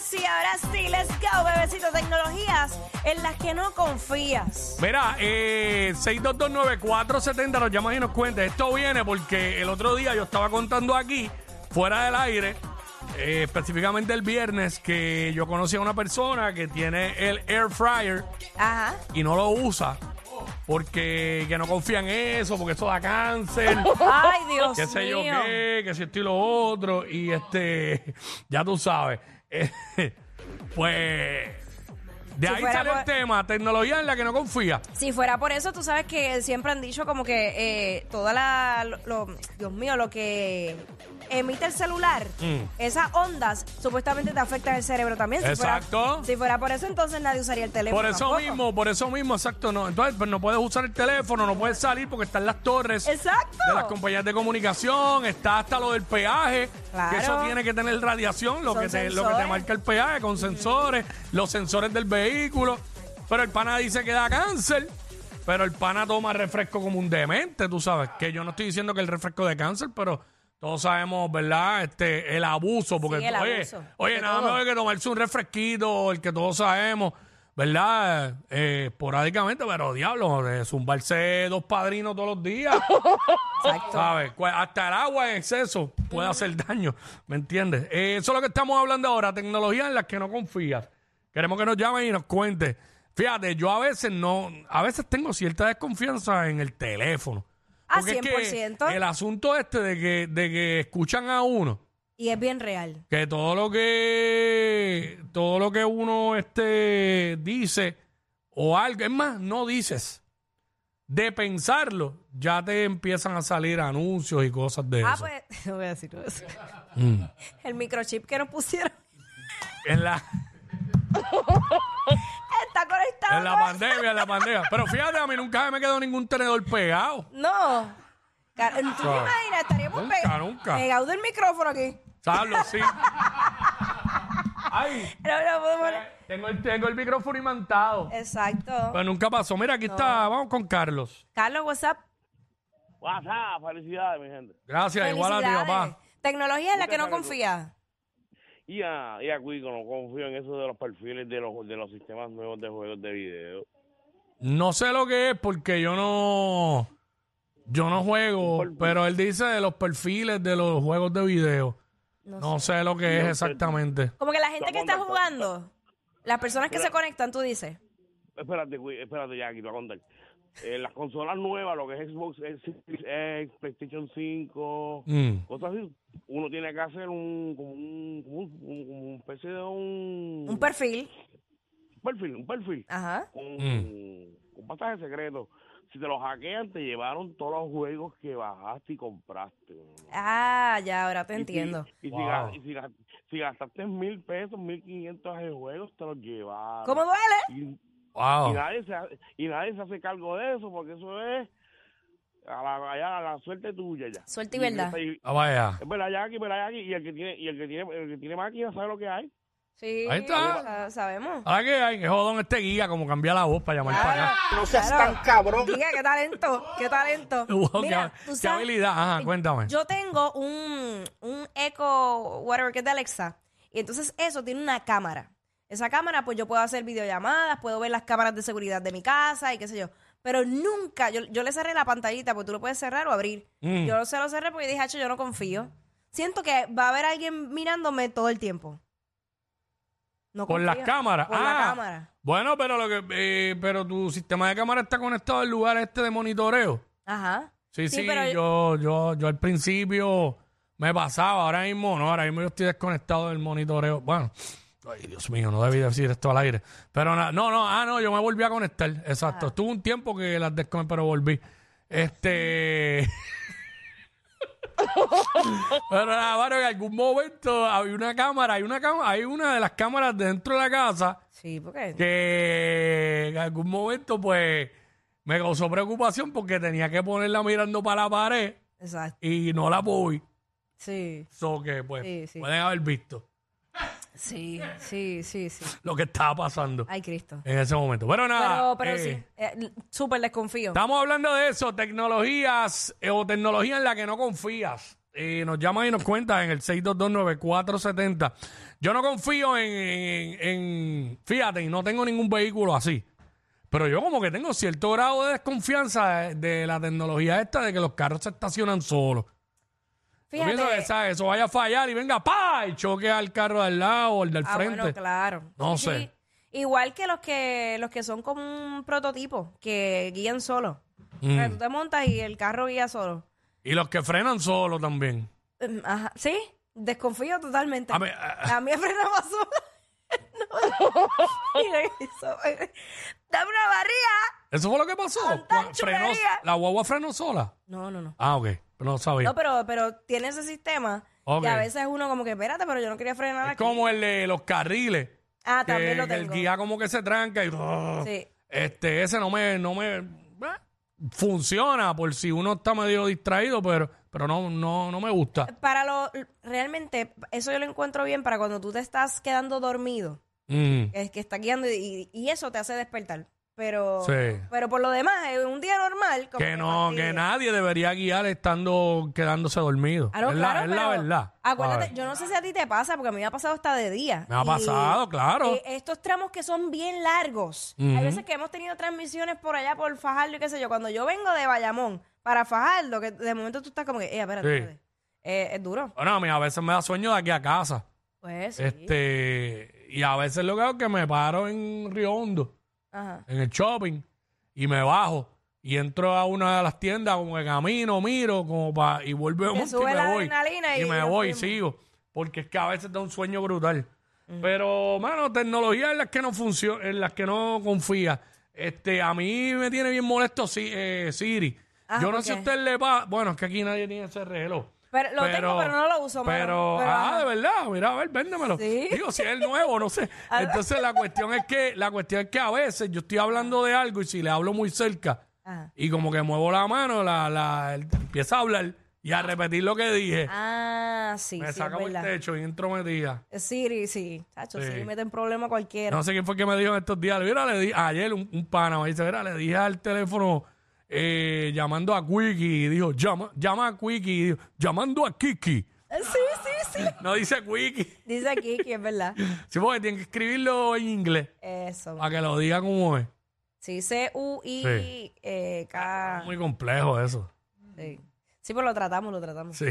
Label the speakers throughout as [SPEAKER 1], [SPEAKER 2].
[SPEAKER 1] Sí, ahora sí, let's go, bebecito. Tecnologías en las que no confías.
[SPEAKER 2] Mira, eh, 6229470 nos llamas y nos cuentas. Esto viene porque el otro día yo estaba contando aquí, fuera del aire, eh, específicamente el viernes, que yo conocí a una persona que tiene el air fryer
[SPEAKER 1] Ajá.
[SPEAKER 2] y no lo usa porque que no confía en eso, porque eso da cáncer.
[SPEAKER 1] Ay, Oh, Dios
[SPEAKER 2] qué sé yo
[SPEAKER 1] mío.
[SPEAKER 2] qué, que si esto y lo otro, y este, ya tú sabes. Eh, pues, de
[SPEAKER 1] Si
[SPEAKER 2] ahí
[SPEAKER 1] fuera
[SPEAKER 2] sale el
[SPEAKER 1] por-
[SPEAKER 2] tema, tecnología en la que no confía.
[SPEAKER 1] Si fuera por eso, tú sabes que siempre han dicho como que eh, toda la. lo- lo- Dios mío, lo que emite el celular,
[SPEAKER 2] Mm.
[SPEAKER 1] esas ondas supuestamente te afectan el cerebro también. Si fuera-
[SPEAKER 2] Exacto.
[SPEAKER 1] si fuera por eso, entonces nadie usaría el teléfono.
[SPEAKER 2] Por eso
[SPEAKER 1] tampoco.
[SPEAKER 2] mismo, por eso mismo, exacto. No. Entonces, pues no puedes usar el teléfono, no puedes salir porque están las torres
[SPEAKER 1] Exacto.
[SPEAKER 2] de las compañías de comunicación, está hasta lo del peaje,
[SPEAKER 1] Claro.
[SPEAKER 2] que eso tiene que tener radiación, lo
[SPEAKER 1] Son
[SPEAKER 2] que, te, lo que te
[SPEAKER 1] sensores.
[SPEAKER 2] marca el peaje con sensores, los sensores del vehículo. Pero el pana dice que da cáncer, pero el pana toma refresco como un demente, tú sabes. Que yo no estoy diciendo que el refresco de cáncer, pero todos sabemos, ¿verdad? Este, el abuso, porque
[SPEAKER 1] Sí, el
[SPEAKER 2] oye,
[SPEAKER 1] abuso,
[SPEAKER 2] oye
[SPEAKER 1] de
[SPEAKER 2] nada
[SPEAKER 1] todo.
[SPEAKER 2] más que tomarse un refresquito, el que todos sabemos, ¿verdad? Eh, esporádicamente, pero diablo, de zumbarse dos padrinos todos los días,
[SPEAKER 1] Exacto.
[SPEAKER 2] ¿sabes? Cu- Hasta el agua en exceso puede hacer daño, ¿me entiendes? Eh, eso es lo que estamos hablando ahora, tecnología en las que no confías. Queremos que nos llamen y nos cuenten. Fíjate, yo a veces no, a veces tengo cierta desconfianza en el teléfono.
[SPEAKER 1] Ah,
[SPEAKER 2] Porque es que
[SPEAKER 1] 100%.
[SPEAKER 2] el asunto este de que, de que escuchan a uno
[SPEAKER 1] Y es bien real.
[SPEAKER 2] que todo lo que todo lo que uno este dice o algo es más no dices de pensarlo ya te empiezan a salir anuncios y cosas de
[SPEAKER 1] Ah,
[SPEAKER 2] eso
[SPEAKER 1] pues, no voy a decir eso.
[SPEAKER 2] Mm.
[SPEAKER 1] El microchip que nos pusieron
[SPEAKER 2] en la
[SPEAKER 1] está conectado.
[SPEAKER 2] en la
[SPEAKER 1] con-
[SPEAKER 2] pandemia en la pandemia pero fíjate a mí nunca me quedó ningún tenedor pegado
[SPEAKER 1] No. Car- ¿Tú te
[SPEAKER 2] Suave.
[SPEAKER 1] imaginas? Estaríamos
[SPEAKER 2] Nunca,
[SPEAKER 1] pe-
[SPEAKER 2] nunca.
[SPEAKER 1] pegados del micrófono aquí.
[SPEAKER 2] sabes Los sí ay
[SPEAKER 1] No, no puedo poner-
[SPEAKER 2] tengo el, tengo el micrófono imantado
[SPEAKER 1] Exacto.
[SPEAKER 2] pero nunca pasó mira aquí está vamos con Carlos
[SPEAKER 1] Carlos, WhatsApp.
[SPEAKER 3] WhatsApp, felicidades, mi gente.
[SPEAKER 2] gracias igual a ti papá
[SPEAKER 1] Tecnología en la que no
[SPEAKER 3] Muchas
[SPEAKER 1] confía.
[SPEAKER 3] Y a, y a Cuico, no confío en eso de los perfiles de los, de los sistemas nuevos de juegos de video.
[SPEAKER 2] No sé lo que es porque yo no yo no juego, pero él dice de los perfiles de los juegos de video.
[SPEAKER 1] No
[SPEAKER 2] No sé lo que es exactamente.
[SPEAKER 1] Como que la gente que
[SPEAKER 3] Estamos
[SPEAKER 1] está
[SPEAKER 3] de acuerdo.
[SPEAKER 1] jugando, las personas que
[SPEAKER 3] Mira.
[SPEAKER 1] se conectan, tú dices.
[SPEAKER 3] Espérate, Cuico, espérate, ya aquí te voy a contar. Eh, las consolas nuevas, lo que es Xbox eh, Series X, PlayStation 5,
[SPEAKER 2] Mm.
[SPEAKER 3] cosas así, uno tiene que hacer un, como un, como un, un- como un especie de un,
[SPEAKER 1] Un perfil.
[SPEAKER 3] perfil, un perfil,
[SPEAKER 1] Ajá.
[SPEAKER 3] con, con pasaje secreto. Si te lo hackean, te llevaron todos los juegos que bajaste y compraste.
[SPEAKER 1] Ah, ya, ahora te
[SPEAKER 3] Y si-
[SPEAKER 1] entiendo.
[SPEAKER 3] Y, si,
[SPEAKER 2] Wow.
[SPEAKER 3] ga- y si ga- si gastaste mil pesos, mil quinientos en juegos, te los llevaron.
[SPEAKER 1] ¿Cómo duele?
[SPEAKER 3] Y, y
[SPEAKER 2] Wow.
[SPEAKER 3] nadie se, ha- y nadie se hace cargo de eso, porque eso es a la, allá, a la suerte tuya ya.
[SPEAKER 1] Suerte y verdad.
[SPEAKER 3] y-
[SPEAKER 2] Ah, vaya.
[SPEAKER 3] Es verdad, Jackie, verdad, Jackie. Y el que tiene, y el que tiene, el que tiene máquina sabe lo que hay.
[SPEAKER 1] Sí.
[SPEAKER 2] Ahí está.
[SPEAKER 1] sa- Sabemos.
[SPEAKER 2] Ahora Ah, que hay que jodón este guía, como cambiar la voz para llamar para acá.
[SPEAKER 1] No seas tan cabrón. Diga, qué talento, qué talento.
[SPEAKER 2] Wow,
[SPEAKER 1] Mira,
[SPEAKER 2] qué-
[SPEAKER 1] tú
[SPEAKER 2] qué
[SPEAKER 1] sabes-
[SPEAKER 2] habilidad. Ajá, cuéntame.
[SPEAKER 1] Yo tengo un, un Echo, whatever, que es de Alexa. Y entonces eso tiene una cámara. Esa cámara, pues yo puedo hacer videollamadas, puedo ver las cámaras de seguridad de mi casa y qué sé yo. Pero nunca, yo, yo le cerré la pantallita, pues tú lo puedes cerrar o abrir.
[SPEAKER 2] Mm.
[SPEAKER 1] Yo se lo cerré porque dije, "Hacho, yo no confío. Siento que va a haber alguien mirándome todo el tiempo. No
[SPEAKER 2] Con
[SPEAKER 1] confío.
[SPEAKER 2] las cámaras.
[SPEAKER 1] Con
[SPEAKER 2] Ah.
[SPEAKER 1] la cámara.
[SPEAKER 2] Bueno, pero lo que eh, pero tu sistema de cámara está conectado al lugar este de monitoreo.
[SPEAKER 1] Ajá.
[SPEAKER 2] Sí, sí,
[SPEAKER 1] pero
[SPEAKER 2] yo, yo, yo al principio me pasaba, ahora mismo no, ahora mismo yo estoy desconectado del monitoreo. Bueno, ay, Dios mío, no debí decir esto al aire. Pero na- no, no, ah, no, yo me volví a conectar, exacto. Estuve un tiempo que las desconecté, pero volví. Este. Pero Navarro, en algún momento había una cámara, hay una cámara, hay una de las cámaras dentro de la casa
[SPEAKER 1] Sí, porque.
[SPEAKER 2] que en algún momento pues me causó preocupación porque tenía que ponerla mirando para la pared
[SPEAKER 1] Exacto.
[SPEAKER 2] y no la voy.
[SPEAKER 1] Sí,
[SPEAKER 2] So que pues
[SPEAKER 1] Sí, sí.
[SPEAKER 2] pueden haber visto
[SPEAKER 1] sí, sí, sí, sí.
[SPEAKER 2] lo que estaba pasando
[SPEAKER 1] Ay, Cristo.
[SPEAKER 2] en ese momento. Bueno,
[SPEAKER 1] Pero,
[SPEAKER 2] nada.
[SPEAKER 1] pero
[SPEAKER 2] eh,
[SPEAKER 1] sí, eh, súper desconfío.
[SPEAKER 2] Estamos hablando de eso, tecnologías eh, o tecnología en la que no confías. Eh, nos llaman y nos cuentan en el 6229470. Yo no confío en, en- en- Fíjate, y no tengo ningún vehículo así. Pero yo como que tengo cierto grado de desconfianza de, de la tecnología esta de que los carros se estacionan solos. Yo pienso que
[SPEAKER 1] Fíjate.
[SPEAKER 2] esa- eso vaya a fallar y venga, pa Y choque al carro al lado o el del
[SPEAKER 1] Ah,
[SPEAKER 2] frente.
[SPEAKER 1] bueno, claro.
[SPEAKER 2] No
[SPEAKER 1] Sí,
[SPEAKER 2] sé.
[SPEAKER 1] sí. Igual que los que los que son como un prototipo, que guían solo. O sea,
[SPEAKER 2] Mm.
[SPEAKER 1] tú te montas y el carro guía solo.
[SPEAKER 2] Y los que frenan solos también.
[SPEAKER 1] Mm, Ajá. Sí, desconfío totalmente.
[SPEAKER 2] A ver, ah.
[SPEAKER 1] A mí el freno pasó. No. Mira eso. Dame una barriga.
[SPEAKER 2] ¿Eso fue lo que pasó?
[SPEAKER 1] Tanta
[SPEAKER 2] Frenó-
[SPEAKER 1] chulería.
[SPEAKER 2] la guagua frenó sola.
[SPEAKER 1] No, no, no.
[SPEAKER 2] Ah, ok. No sabía.
[SPEAKER 1] No, pero, pero tiene ese sistema.
[SPEAKER 2] Ok.
[SPEAKER 1] Que a veces uno como que, espérate, pero yo no quería frenar
[SPEAKER 2] es
[SPEAKER 1] aquí.
[SPEAKER 2] como el de los carriles.
[SPEAKER 1] Ah,
[SPEAKER 2] que
[SPEAKER 1] también lo tengo.
[SPEAKER 2] El guía como que se tranca y... ¡oh!
[SPEAKER 1] Sí.
[SPEAKER 2] Este, ese no me... No me eh, funciona por si uno está medio distraído, pero, pero no, no, no me gusta.
[SPEAKER 1] Para lo, realmente, eso yo lo encuentro bien para cuando tú te estás quedando dormido.
[SPEAKER 2] Mm.
[SPEAKER 1] es que está guiando y, y- y eso te hace despertar. Pero,
[SPEAKER 2] Sí.
[SPEAKER 1] pero por lo demás, en un día normal. como
[SPEAKER 2] Que no,
[SPEAKER 1] fastidia.
[SPEAKER 2] que nadie debería guiar estando quedándose dormido.
[SPEAKER 1] Ah, no,
[SPEAKER 2] es la,
[SPEAKER 1] claro,
[SPEAKER 2] es la
[SPEAKER 1] pero
[SPEAKER 2] verdad.
[SPEAKER 1] Acuérdate,
[SPEAKER 2] ¿sabes?
[SPEAKER 1] yo no sé si a ti te pasa, porque a mí me ha pasado hasta de día.
[SPEAKER 2] Me ha pasado, claro.
[SPEAKER 1] eh, estos tramos que son bien largos. Hay veces que hemos tenido transmisiones por allá, por Fajardo y qué sé yo. Cuando yo vengo de Bayamón para Fajardo, que de momento tú estás como que, eh, espérate,
[SPEAKER 2] Sí.
[SPEAKER 1] espérate. Eh, es duro.
[SPEAKER 2] Bueno, a mí a veces me da sueño de aquí a casa.
[SPEAKER 1] Pues sí.
[SPEAKER 2] Este, y a veces lo que hago es que me paro en Río Hondo.
[SPEAKER 1] Ajá.
[SPEAKER 2] en el shopping y me bajo y entro a una de las tiendas como que camino, miro como pa, y vuelvo a
[SPEAKER 1] Te
[SPEAKER 2] monte y
[SPEAKER 1] sube
[SPEAKER 2] me
[SPEAKER 1] la
[SPEAKER 2] voy
[SPEAKER 1] adrenalina
[SPEAKER 2] y,
[SPEAKER 1] y
[SPEAKER 2] me
[SPEAKER 1] nos
[SPEAKER 2] voy y
[SPEAKER 1] fuimos.
[SPEAKER 2] sigo porque es que a veces da un sueño brutal.
[SPEAKER 1] Mm.
[SPEAKER 2] Pero mano, tecnología en las que no funciona, en las que no confía. Este, a mí me tiene bien molesto Si- eh, Siri.
[SPEAKER 1] Ah,
[SPEAKER 2] Yo no
[SPEAKER 1] ¿por
[SPEAKER 2] sé si a
[SPEAKER 1] qué?
[SPEAKER 2] usted le va, bueno, es que aquí nadie tiene ese reloj.
[SPEAKER 1] Pero lo tengo, pero no lo uso, mano.
[SPEAKER 2] Pero,
[SPEAKER 1] Pero,
[SPEAKER 2] ah,
[SPEAKER 1] ajá.
[SPEAKER 2] de verdad, mira, a ver, véndemelo.
[SPEAKER 1] Sí.
[SPEAKER 2] Digo, si es el nuevo, no sé. Entonces la cuestión es que, la cuestión es que a veces yo estoy hablando de algo y si le hablo muy cerca
[SPEAKER 1] Ajá.
[SPEAKER 2] y como que muevo la mano, la, la- él empieza a hablar y a repetir lo que dije.
[SPEAKER 1] Ah, sí,
[SPEAKER 2] me
[SPEAKER 1] sí, es
[SPEAKER 2] saca por el
[SPEAKER 1] verdad.
[SPEAKER 2] techo y entro metida.
[SPEAKER 1] Eh, Siri, sí. Chacho,
[SPEAKER 2] Sí.
[SPEAKER 1] Siri mete en problema a cualquiera.
[SPEAKER 2] No sé quién fue que me dijo en estos días. Mira, le di, ayer un, un pana me dice, mira, le dije al teléfono eh, llamando a Quickie y dijo, llama, llama a Quickie y dijo, llamando a Kiki.
[SPEAKER 1] Eh, Sí, sí, sí.
[SPEAKER 2] No dice Quickie.
[SPEAKER 1] Dice aquí que es verdad.
[SPEAKER 2] Sí, porque tienen que escribirlo en inglés
[SPEAKER 1] Eso.
[SPEAKER 2] para que lo diga como es.
[SPEAKER 1] Sí, C-U-I-K.
[SPEAKER 2] Sí. Ah, Muy complejo eso.
[SPEAKER 1] eh, sí. sí, pues lo tratamos, lo tratamos.
[SPEAKER 2] Sí.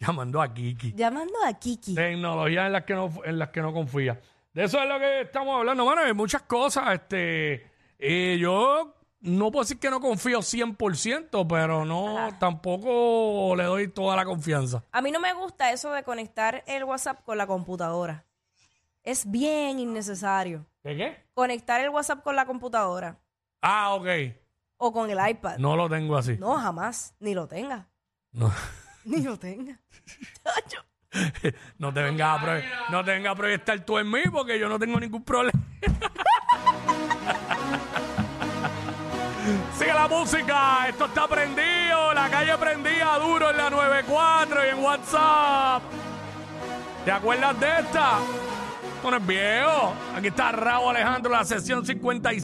[SPEAKER 2] Llamando a Kiki.
[SPEAKER 1] Llamando a Kiki.
[SPEAKER 2] Tecnología en las que no, en las que no confía. De eso es lo que estamos hablando. Bueno, hay muchas cosas. Este, eh, yo no puedo decir que no confío 100%, pero no tampoco le doy toda la confianza.
[SPEAKER 1] A mí no me gusta eso de conectar el WhatsApp con la computadora. Es bien innecesario.
[SPEAKER 2] ¿De qué?
[SPEAKER 1] Conectar el WhatsApp con la computadora
[SPEAKER 2] Ah, ok.
[SPEAKER 1] o con el iPad.
[SPEAKER 2] No lo tengo así.
[SPEAKER 1] No, jamás. Ni lo tenga.
[SPEAKER 2] No,
[SPEAKER 1] Ni lo tenga. Chacho.
[SPEAKER 2] No te vengas a, proye- no te vengas a proyectar tú en mí porque yo no tengo ningún problema. Sigue la música, esto está prendido, la calle prendía duro en la 94 y en WhatsApp. ¿Te acuerdas de esta? Bueno, es viejo. Aquí está Raúl Alejandro, la sesión 56.